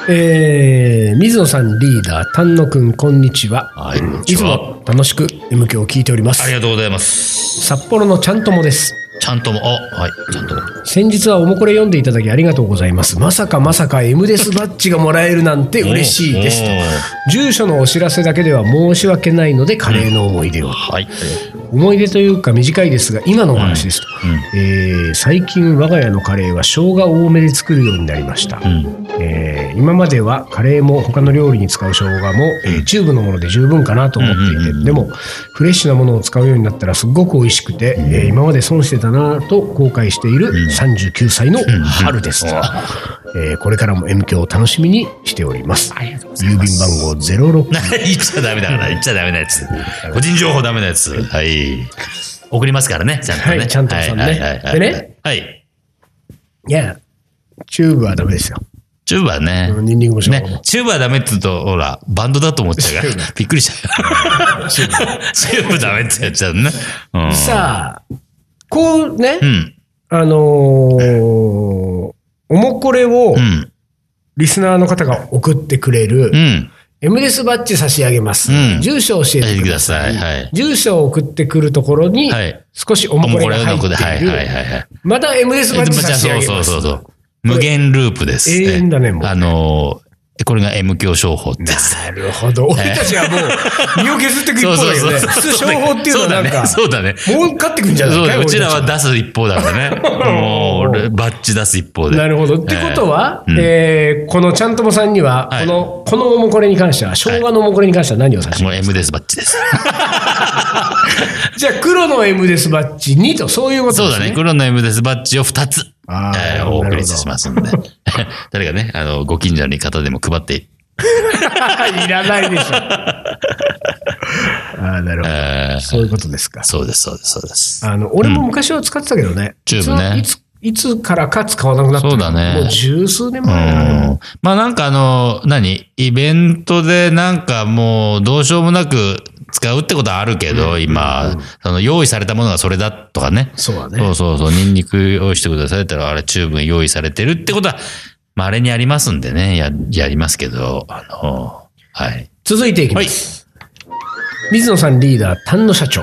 S1: えー、水野さんリーダー丹野くんこんにちは、
S2: はいこんに
S1: い
S2: ち
S1: つ
S2: は
S1: も楽しく M 響を聞いておりま
S2: あり
S1: す
S2: がとうございます。
S1: 札幌のちゃんともです
S2: ちゃんとも、あ、はい、ちゃんとも。
S1: 先日はおもこれ読んでいただきありがとうございます。まさかまさか M デスバッジがもらえるなんて嬉しいですと
S2: おー。
S1: 住所のお知らせだけでは申し訳ないので、カレーの思い出を。
S2: はい。
S1: 思い出というか短いですが、今のお話ですと。えー最近我が家のカレーは生姜多めで作るようになりました。
S2: うん。 (laughs)
S1: えー今まではカレーも他の料理に使う生姜も、えーチューブのもので十分かなと思っていて、でもフレッシュなものを使うようになったらすごく美味しくて、えー今まで損してたなぁと後悔している39歳の春です、えーこれからも M 響を楽しみにしております郵便番号06
S2: な言っちゃダメだから、言っちゃダメなやつ。個人情報ダメなやつ。はい。送りますからね、ちゃんとね。
S1: はいちゃんとさんね
S2: はいはいはいはい
S1: でね
S2: はい。
S1: いやチューブはダメですよ
S2: チューバーね。
S1: ニンニクもしょうが
S2: ね、チューバーダメって言うと、ほら、バンドだと思っちゃうから、びっくりしちゃうよ。チューブダメってやっちゃうね。うん。
S1: さあこうね、
S2: うん。
S1: あのーおもこれを
S2: うん。
S1: リスナーの方が送ってくれる、
S2: うん。
S1: M デスバッジ差し上げます。
S2: うん
S1: 住所を教え
S2: やってて
S1: く
S2: く
S1: だ
S2: だ
S1: さい。
S2: さい。はい。
S1: 住所を送ってくるところに、
S2: はい
S1: 少しおも
S2: もう
S1: こ
S2: こ
S1: れ
S2: れ
S1: が
S2: の
S1: 入
S2: 子で、
S1: っ
S2: は
S1: て
S2: い
S1: いる
S2: はいはいはい。
S1: また M デス
S2: え
S1: バッ
S2: っと
S1: ジ
S2: まあ
S1: 差し
S2: じゃ
S1: 上
S2: あ
S1: げ
S2: そうそう
S1: ま
S2: そ
S1: す。
S2: うそう。無限ループです。
S1: 永遠だねもう
S2: あのー、これが M 教商法です。
S1: なるほど。俺たちはもう、身を削っていく一方だよね。普通、商法っていうのはなんか、
S2: そうだね。そうだね
S1: 儲かってくんじゃない
S2: そう
S1: か
S2: だ
S1: い
S2: ねうちら。
S1: 俺
S2: は
S1: た
S2: 出す一方だから
S1: (laughs)
S2: ね。もう俺、バッチ出す一方で。
S1: なるほど。ってことは、えーこのちゃんともさんには、
S2: はい
S1: この、このおもこれに関しては、生姜のおもこれに関しては何を差し上
S2: もう M です、バッチです。
S1: じゃあ、黒の M デスバッジ2と、そういうこと
S2: そう
S1: ですね。
S2: だね。黒の M です、バッジを2つ。
S1: あー
S2: えーお送りいたしますんで。 (laughs) 誰かね、あの、ご近所に方でも配って、 (laughs)
S1: いらないでしょ。ああ、なるほど。
S2: えー
S1: そういうことですか。
S2: そうです、そうです、そうです。
S1: あの、俺も昔は使ってたけどね。
S2: チューブね
S1: いついついつからか使わなくなった。
S2: そうだね
S1: もう十数年
S2: う
S1: 前だな。
S2: んまあなんかあの、何イベントでなんかもうどうしようもなく使うってことはあるけど、今、その用意されたものがそれだとかね。
S1: そうだ
S2: そ
S1: ね。
S2: うそうそう、ニンニク用意してくださいって言ったら、あれ、チューブ用意されてるってことは、まあ、あれにありますんでね、や、やりますけど、あの、はい。
S1: 続いていきま
S2: はい。
S1: す。水野さんリーダー、丹野社長。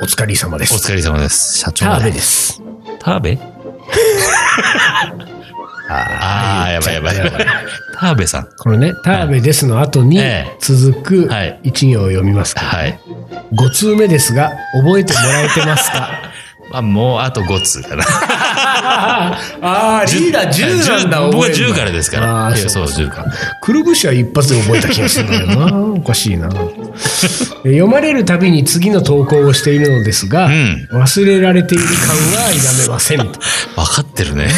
S1: お、お疲れ様で
S2: お
S1: す。
S2: 疲れ様です。社長
S1: ターベ
S2: す。
S1: です。
S2: ターベああ、やばいやばいやばい。
S3: 田辺さん。
S1: このね、田辺ですの後に
S2: ええ
S1: 続く
S2: はい
S1: 一行を読みますけど、
S2: はい。
S1: 5通目ですが、覚えてもらえてます
S2: (laughs)
S1: か
S2: まあ、もうあと5通かな。
S1: ああ、リーダー10なんだ、
S2: 僕は
S1: 覚えるの
S2: 10からですか
S1: あ
S2: ら。
S1: ー
S2: いやそう、
S1: そう
S2: 10から。
S1: くるぶしは一発で覚えた気がするんだよな。おかしいな。え読まれるたびに次の投稿をしているのですが、
S2: うん
S1: 忘れられている感は否めません。
S2: (laughs) 分かって
S1: (laughs)
S2: るね。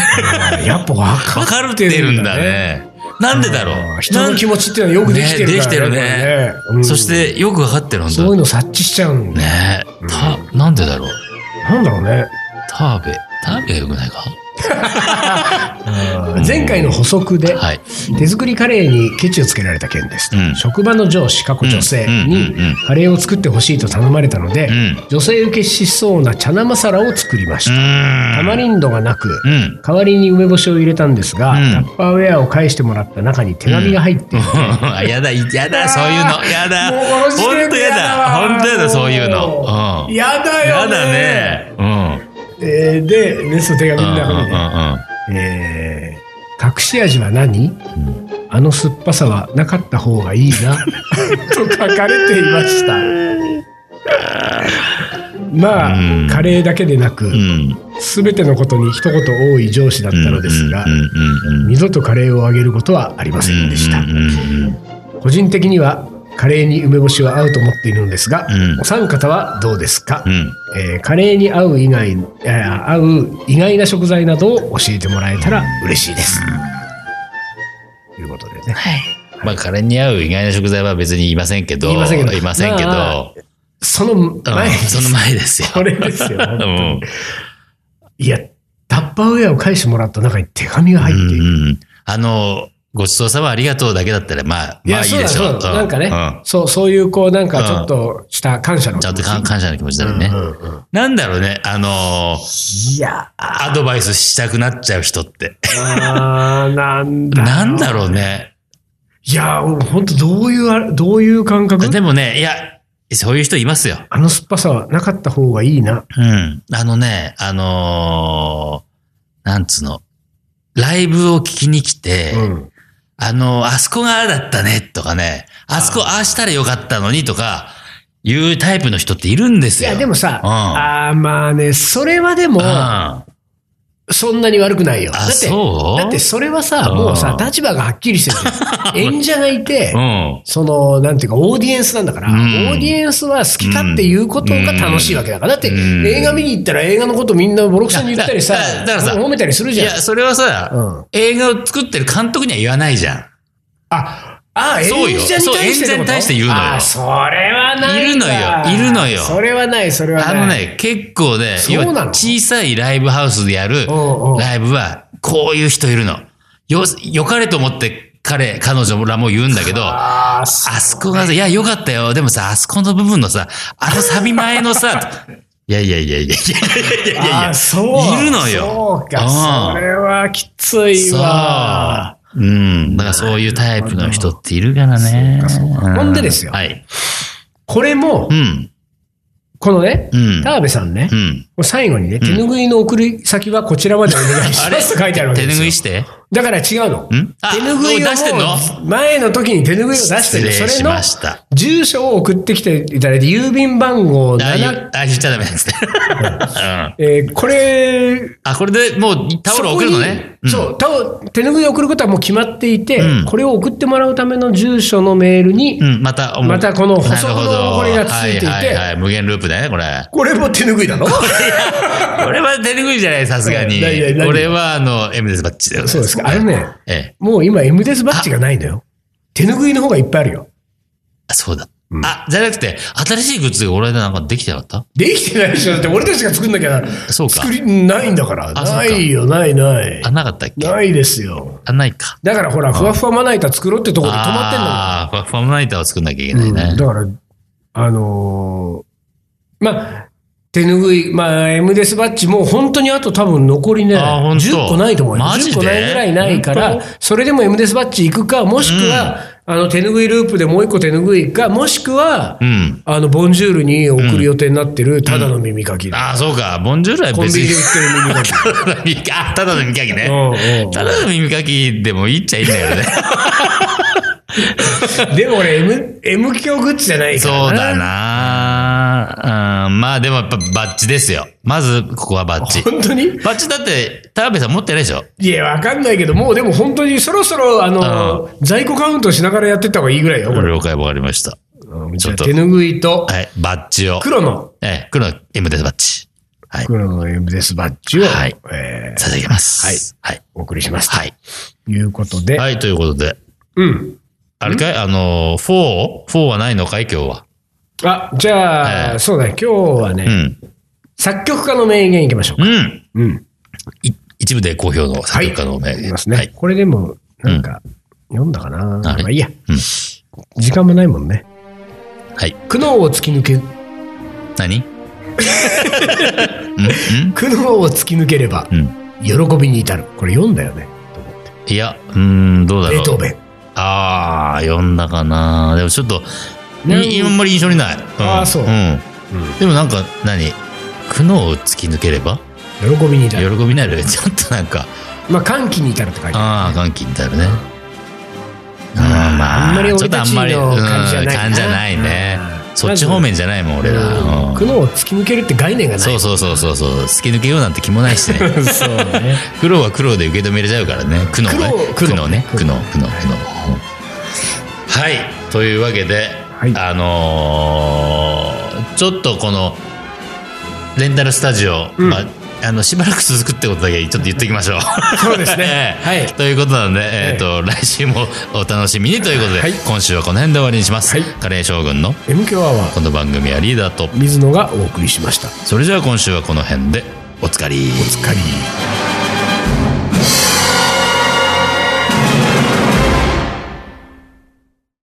S1: あーやっぱ
S2: 分
S1: 分
S2: か
S1: か
S2: っ
S1: ってて
S2: る
S1: る
S2: ん
S1: ん
S2: だ
S1: だ
S2: ね
S1: ね。
S2: なんでだろ
S1: あ
S2: う
S1: ー。人の気持ち
S2: ち
S1: っていうのはよくできてるからね。
S2: ねできて
S1: こ
S2: る
S1: れ
S2: ね。
S1: ね
S2: そし、
S1: うん
S2: て、よく分かってるんだ
S1: そういう。の察知しちゃうんだよ。
S2: ねえ。た、なんでだろう。
S1: なんだろうね。
S2: 田辺。田辺が良くないか
S1: あー前回の補足で、
S2: はい。
S1: 手作りカレーにケチをつけられた件ですと、
S2: うん
S1: 職場の上司過去女性
S2: う
S1: に
S2: んうんうんうん
S1: カレーを作ってほしいと頼まれたので、
S2: うん
S1: 女性受けしそうなチャナマサラを作りました、タマ
S2: う
S1: リンドがなく、
S2: ーん。うん。 (laughs)
S1: 代わりに梅干しを入れたんですが、
S2: うん
S1: タッパーウェアを返してもらった中に手紙が入っていて、
S2: あやだ、やだ、そういうの。やだ。
S1: もうこの時
S2: ほん
S1: 点
S2: と
S1: で
S2: やだ。
S1: わ
S2: ほんとやだ、そうい
S1: も
S2: うの。うん。
S1: うやだよ
S2: や
S1: ね
S2: だね。うん。
S1: えーでねその手紙
S2: うん
S1: の中に
S2: うんう
S1: ね
S2: んうん。
S1: えー隠し味は何、あの酸っぱさはなかった方がいい
S2: (laughs)
S1: なと書かれていましたまあ、
S2: うん
S1: カレーだけでなく、
S2: うん。
S1: 全てのことに一言多い上司だったのですが、
S2: うんうんうんうん
S1: 二度とカレーをあげることはありませんでした、
S2: うんうん
S1: 個人的にはカレーに梅干しは合うと思っているのですが、
S2: うん
S1: お三方はどうですか、
S2: うんうん
S1: えーカレーに合う以外いや合う意外な食材などを教えてもらえたら嬉しいです。ということでね。
S2: まあ、カレーに合う意外な食材は別に言いませんけど、
S1: 言いませんけど
S2: 言いませんけど
S1: まあその
S2: うん
S1: 前に、
S2: その前で
S1: (laughs)
S2: すよ。
S1: これですよ。本
S2: う
S1: 当に
S2: ん
S1: いや、タッパーウェアを返してもらった中に手紙が入っている。
S2: うんうんあの、ごちそうさまありがとうだけだったら、まあ、
S1: い
S2: ま
S1: や、
S2: あいい
S1: そう
S2: で
S1: だ、
S2: し
S1: そ
S2: ょ
S1: うだ。なんか
S2: う
S1: ね
S2: ん、
S1: そう、そういうこう、なんかちょっとした感謝の
S2: ちゃんと
S1: 気持
S2: 感感謝の気持ちだよね
S1: う。んうんうん
S2: なんだろうね、あの
S1: いや、
S2: ー、アドバイスしたくなっちゃう人って。
S1: あーなんだ。
S2: なんだろうね。
S1: いや、俺本当どういうあれ、どういう感覚
S2: でもね、いや、そういう人いますよ。
S1: あの酸っぱさはなかった方がいいな。
S2: うん。あのね、あのーなんつうの、ライブを聞きに来て、
S1: うん。
S2: あのーあそこがああだったね、とかね、あそこああしたらよかったのに、とか、いうタイプの人っているんです
S1: い
S2: よ。
S1: や、でもさ、
S2: うん
S1: あーまあね、それはでも
S2: うん、あ、
S1: そんなに悪くないよ。だって、
S2: そう
S1: だってそれはさ、
S2: うん
S1: もうさ、立場がはっきりして
S2: (laughs)
S1: るじゃん。演者がいて
S2: う、ん。
S1: その、なんていうか、オーディエンスなんだから、
S2: うん
S1: オーディエンスは好き勝手言うことが楽しいわけだから。だって、
S2: うん
S1: 映画見に行ったら映画のことみんなボロクソに言ったりさ
S2: いやだだからさ
S1: 褒めたりする
S2: い
S1: じゃん
S2: や、。それはさ、
S1: うん
S2: 映画を作ってる監督には言わないじゃん。
S1: あ、あ、演
S2: そうよ
S1: 者に対してってこと
S2: そう演者に対して言うのよ
S1: あ、それはない
S2: いるのよいるのよ
S1: それはない、それはない。
S2: あのね、結構ね、
S1: そう
S2: 要
S1: なの
S2: は小さいライブハウスでやる
S1: うんうん
S2: ライブは、こういう人いるの。よ、良かれと思って彼、彼女らも言うんだけど、あ
S1: あーそ
S2: そこがさ、いや、良かったよ。でもさ、あそこの部分のさ、あのサビ前のさ、 (laughs) いやいやいやいやいやいやいやいやい
S1: あ
S2: や、
S1: そう
S2: いるのよ。
S1: そう
S2: うん
S1: か、それはきついわ。
S2: そう。うん。だからそういうタイプの人っているからね。うん
S1: ほんでですよ
S2: はい。
S1: これも
S2: う、ん。
S1: このね
S2: う、ん。
S1: 田辺さんね
S2: う、ん。
S1: もう最後にね、手拭いの送り先はこちらまでお願いしますって書いてあるわけ
S2: 手
S1: で
S2: 拭い
S1: すよ。
S2: して
S1: だから違うの。
S2: んあ
S1: 手拭いを
S2: もう出してんの
S1: もう前の時に手拭いを出して
S2: 失
S1: る。
S2: 礼
S1: そ
S2: し
S1: れの
S2: ました。
S1: 住所を送ってきていただいて、郵便番号
S2: あ、言
S1: 7、
S2: うあ言っちゃダメなんですね。 (laughs) うん
S1: えーこれ、
S2: あ、これでもうタオル送るのね。
S1: そこにそう、タオル、手拭いを送ることはもう決まっていて、
S2: うん
S1: これを送ってもらうための住所のメールに、
S2: うん。うん、また、
S1: またこの細
S2: なるほど
S1: のこれがついていて
S2: はいはいはい、無限ループだね、これ。
S1: これも手拭い (laughs) なの
S2: これは手拭いじゃない、さすがに。
S1: いやいやいや
S2: これは、あの、エムデスバッチでござ
S1: そ
S2: いうま
S1: ですか。あれね、
S2: ええ。
S1: もう今 M デスバッジがないのよ。手拭いの方がいっぱいあるよ。
S2: あそうだ。あ、じゃなくて、新しいグッズがこの間なんかできてなかった
S1: できてないでしょ。だって俺たちが作んなきゃ、
S2: そうか
S1: 作り、ないんだから。
S2: あそうか
S1: ないよ、ないない
S2: あ、。なかったっけ
S1: ないですよ。
S2: あ、ないか。
S1: だからほら、ふわふわまな板作ろうってところで止まってんだから。
S2: ああー、ファファムナイターを作んなきゃいけ
S1: う
S2: ない
S1: ん
S2: ね。
S1: だから、あのーまあ、手ぬぐい、まあ、M デスバッジもう本当にあと多分残りね、
S2: あーほんと
S1: 10個ないと思うよ。
S2: マジ
S1: 10
S2: で
S1: 個ないぐらいないか
S2: ほん
S1: ら、それでも M デスバッジ行くか、もしくは、あの手拭いループでもう一個手拭いか、もしくは、
S2: うん。
S1: あの、ボンジュールに送る予定になってる、ただの耳かき。
S2: ああ、そうか。ボンジュールは
S1: コンビ
S2: 別
S1: ニで売。
S2: に
S1: ってる耳かき。
S2: ただの耳か、あ (laughs) ただの耳かきね。
S1: うんうん
S2: ただの耳かきでもいいっちゃいいんだ
S1: (laughs)
S2: よね。 (laughs)
S1: でも俺 M、M 響グッズじゃないから
S2: そうだなうん、まあでもやっぱバッチですよ。まず、ここはバッチ。
S1: 本当に
S2: バッチだって、田辺さん持ってないでしょ
S1: いや、わかんないけど、もうでも本当にそろそろ、あの、在庫カウントしながらやってった方がいいぐらいよ、これ。
S2: 了解わかりました。
S1: じゃあ
S2: ちょっと
S1: 手拭いと、
S2: はい、バッチを。
S1: 黒の、
S2: ええ、黒の M ですバッチ。はい。
S1: 黒の M ですバッジを、
S2: はい
S1: えー
S2: 差し上げます。はい。
S1: お送りします。
S2: はい。
S1: ということで、
S2: はい、ということで。
S1: うん。
S2: あれかいあのー、4?4 はないのかい今日は。
S1: あ、じゃあ、
S2: はい
S1: そうだね、今日はね、
S2: うん。
S1: 作曲家の名言いきましょう
S2: う
S1: か。
S2: ん。
S1: うん。
S2: い一部で好評の作曲家の名
S1: いき
S2: 言
S1: ますね。
S2: はい。
S1: これでも、なんか、読んだかな。
S2: あれ
S1: まあいいや、
S2: うん
S1: 時間もないもんね。
S2: はい。
S1: 苦悩を突き抜け、
S2: 何うん
S1: 苦悩を突き抜ければ、
S2: うんうん
S1: 喜びに至る。これ読んだよね。
S2: いや、うーん、どうだ
S1: ベ
S2: ろ
S1: ートー
S2: う。
S1: ベン。
S2: ああ、読んだかな。でもちょっと、
S1: なん
S2: いあんまり印象にない。うん。
S1: あーそうん
S2: でもなんか、何苦悩を突き抜ければ
S1: 喜びに至
S2: 喜
S1: る。
S2: びになる。 (laughs) ちょっとなんか、
S1: まあ、歓喜に至るって書いてあ
S2: ああ、元気になるね。うん
S1: あんまり
S2: ちょ
S1: 俺
S2: っとあ
S1: たち
S2: ん
S1: の
S2: まり、うん
S1: 感じじゃないな
S2: 感じじゃないね
S1: う。ん
S2: そっち方面じゃないもん、俺
S1: る。
S2: ら。
S1: うん
S2: うん
S1: 苦悩を突き抜けるって概念がない。
S2: そうそうそうそうそう。突き抜けようなんて気もない
S1: (laughs)
S2: しね。
S1: そうね。
S2: 苦労は苦労で受け止めれちゃうからね苦悩ね苦
S1: 苦
S2: 悩
S1: 悩
S2: ね苦
S1: 苦
S2: 悩苦悩苦悩うんはいというわけで、
S1: い
S2: あのーちょっとこのレンタルスタジオ、
S1: うん
S2: まああのしばらく続くってことだけちょっと言っておきましょう。
S1: そうです (laughs) ね
S2: (laughs) ええ
S1: はい
S2: ということなので、えっ、と、来週もお楽しみにということで、
S1: はい
S2: 今週はこの辺で終わりにします。
S1: はい
S2: カレー将軍の
S1: M 響アワー、
S2: この番組はリーダーと、
S1: 水野がお送りしました。
S2: それじゃあ今週はこの辺で、おつかり。おつかり。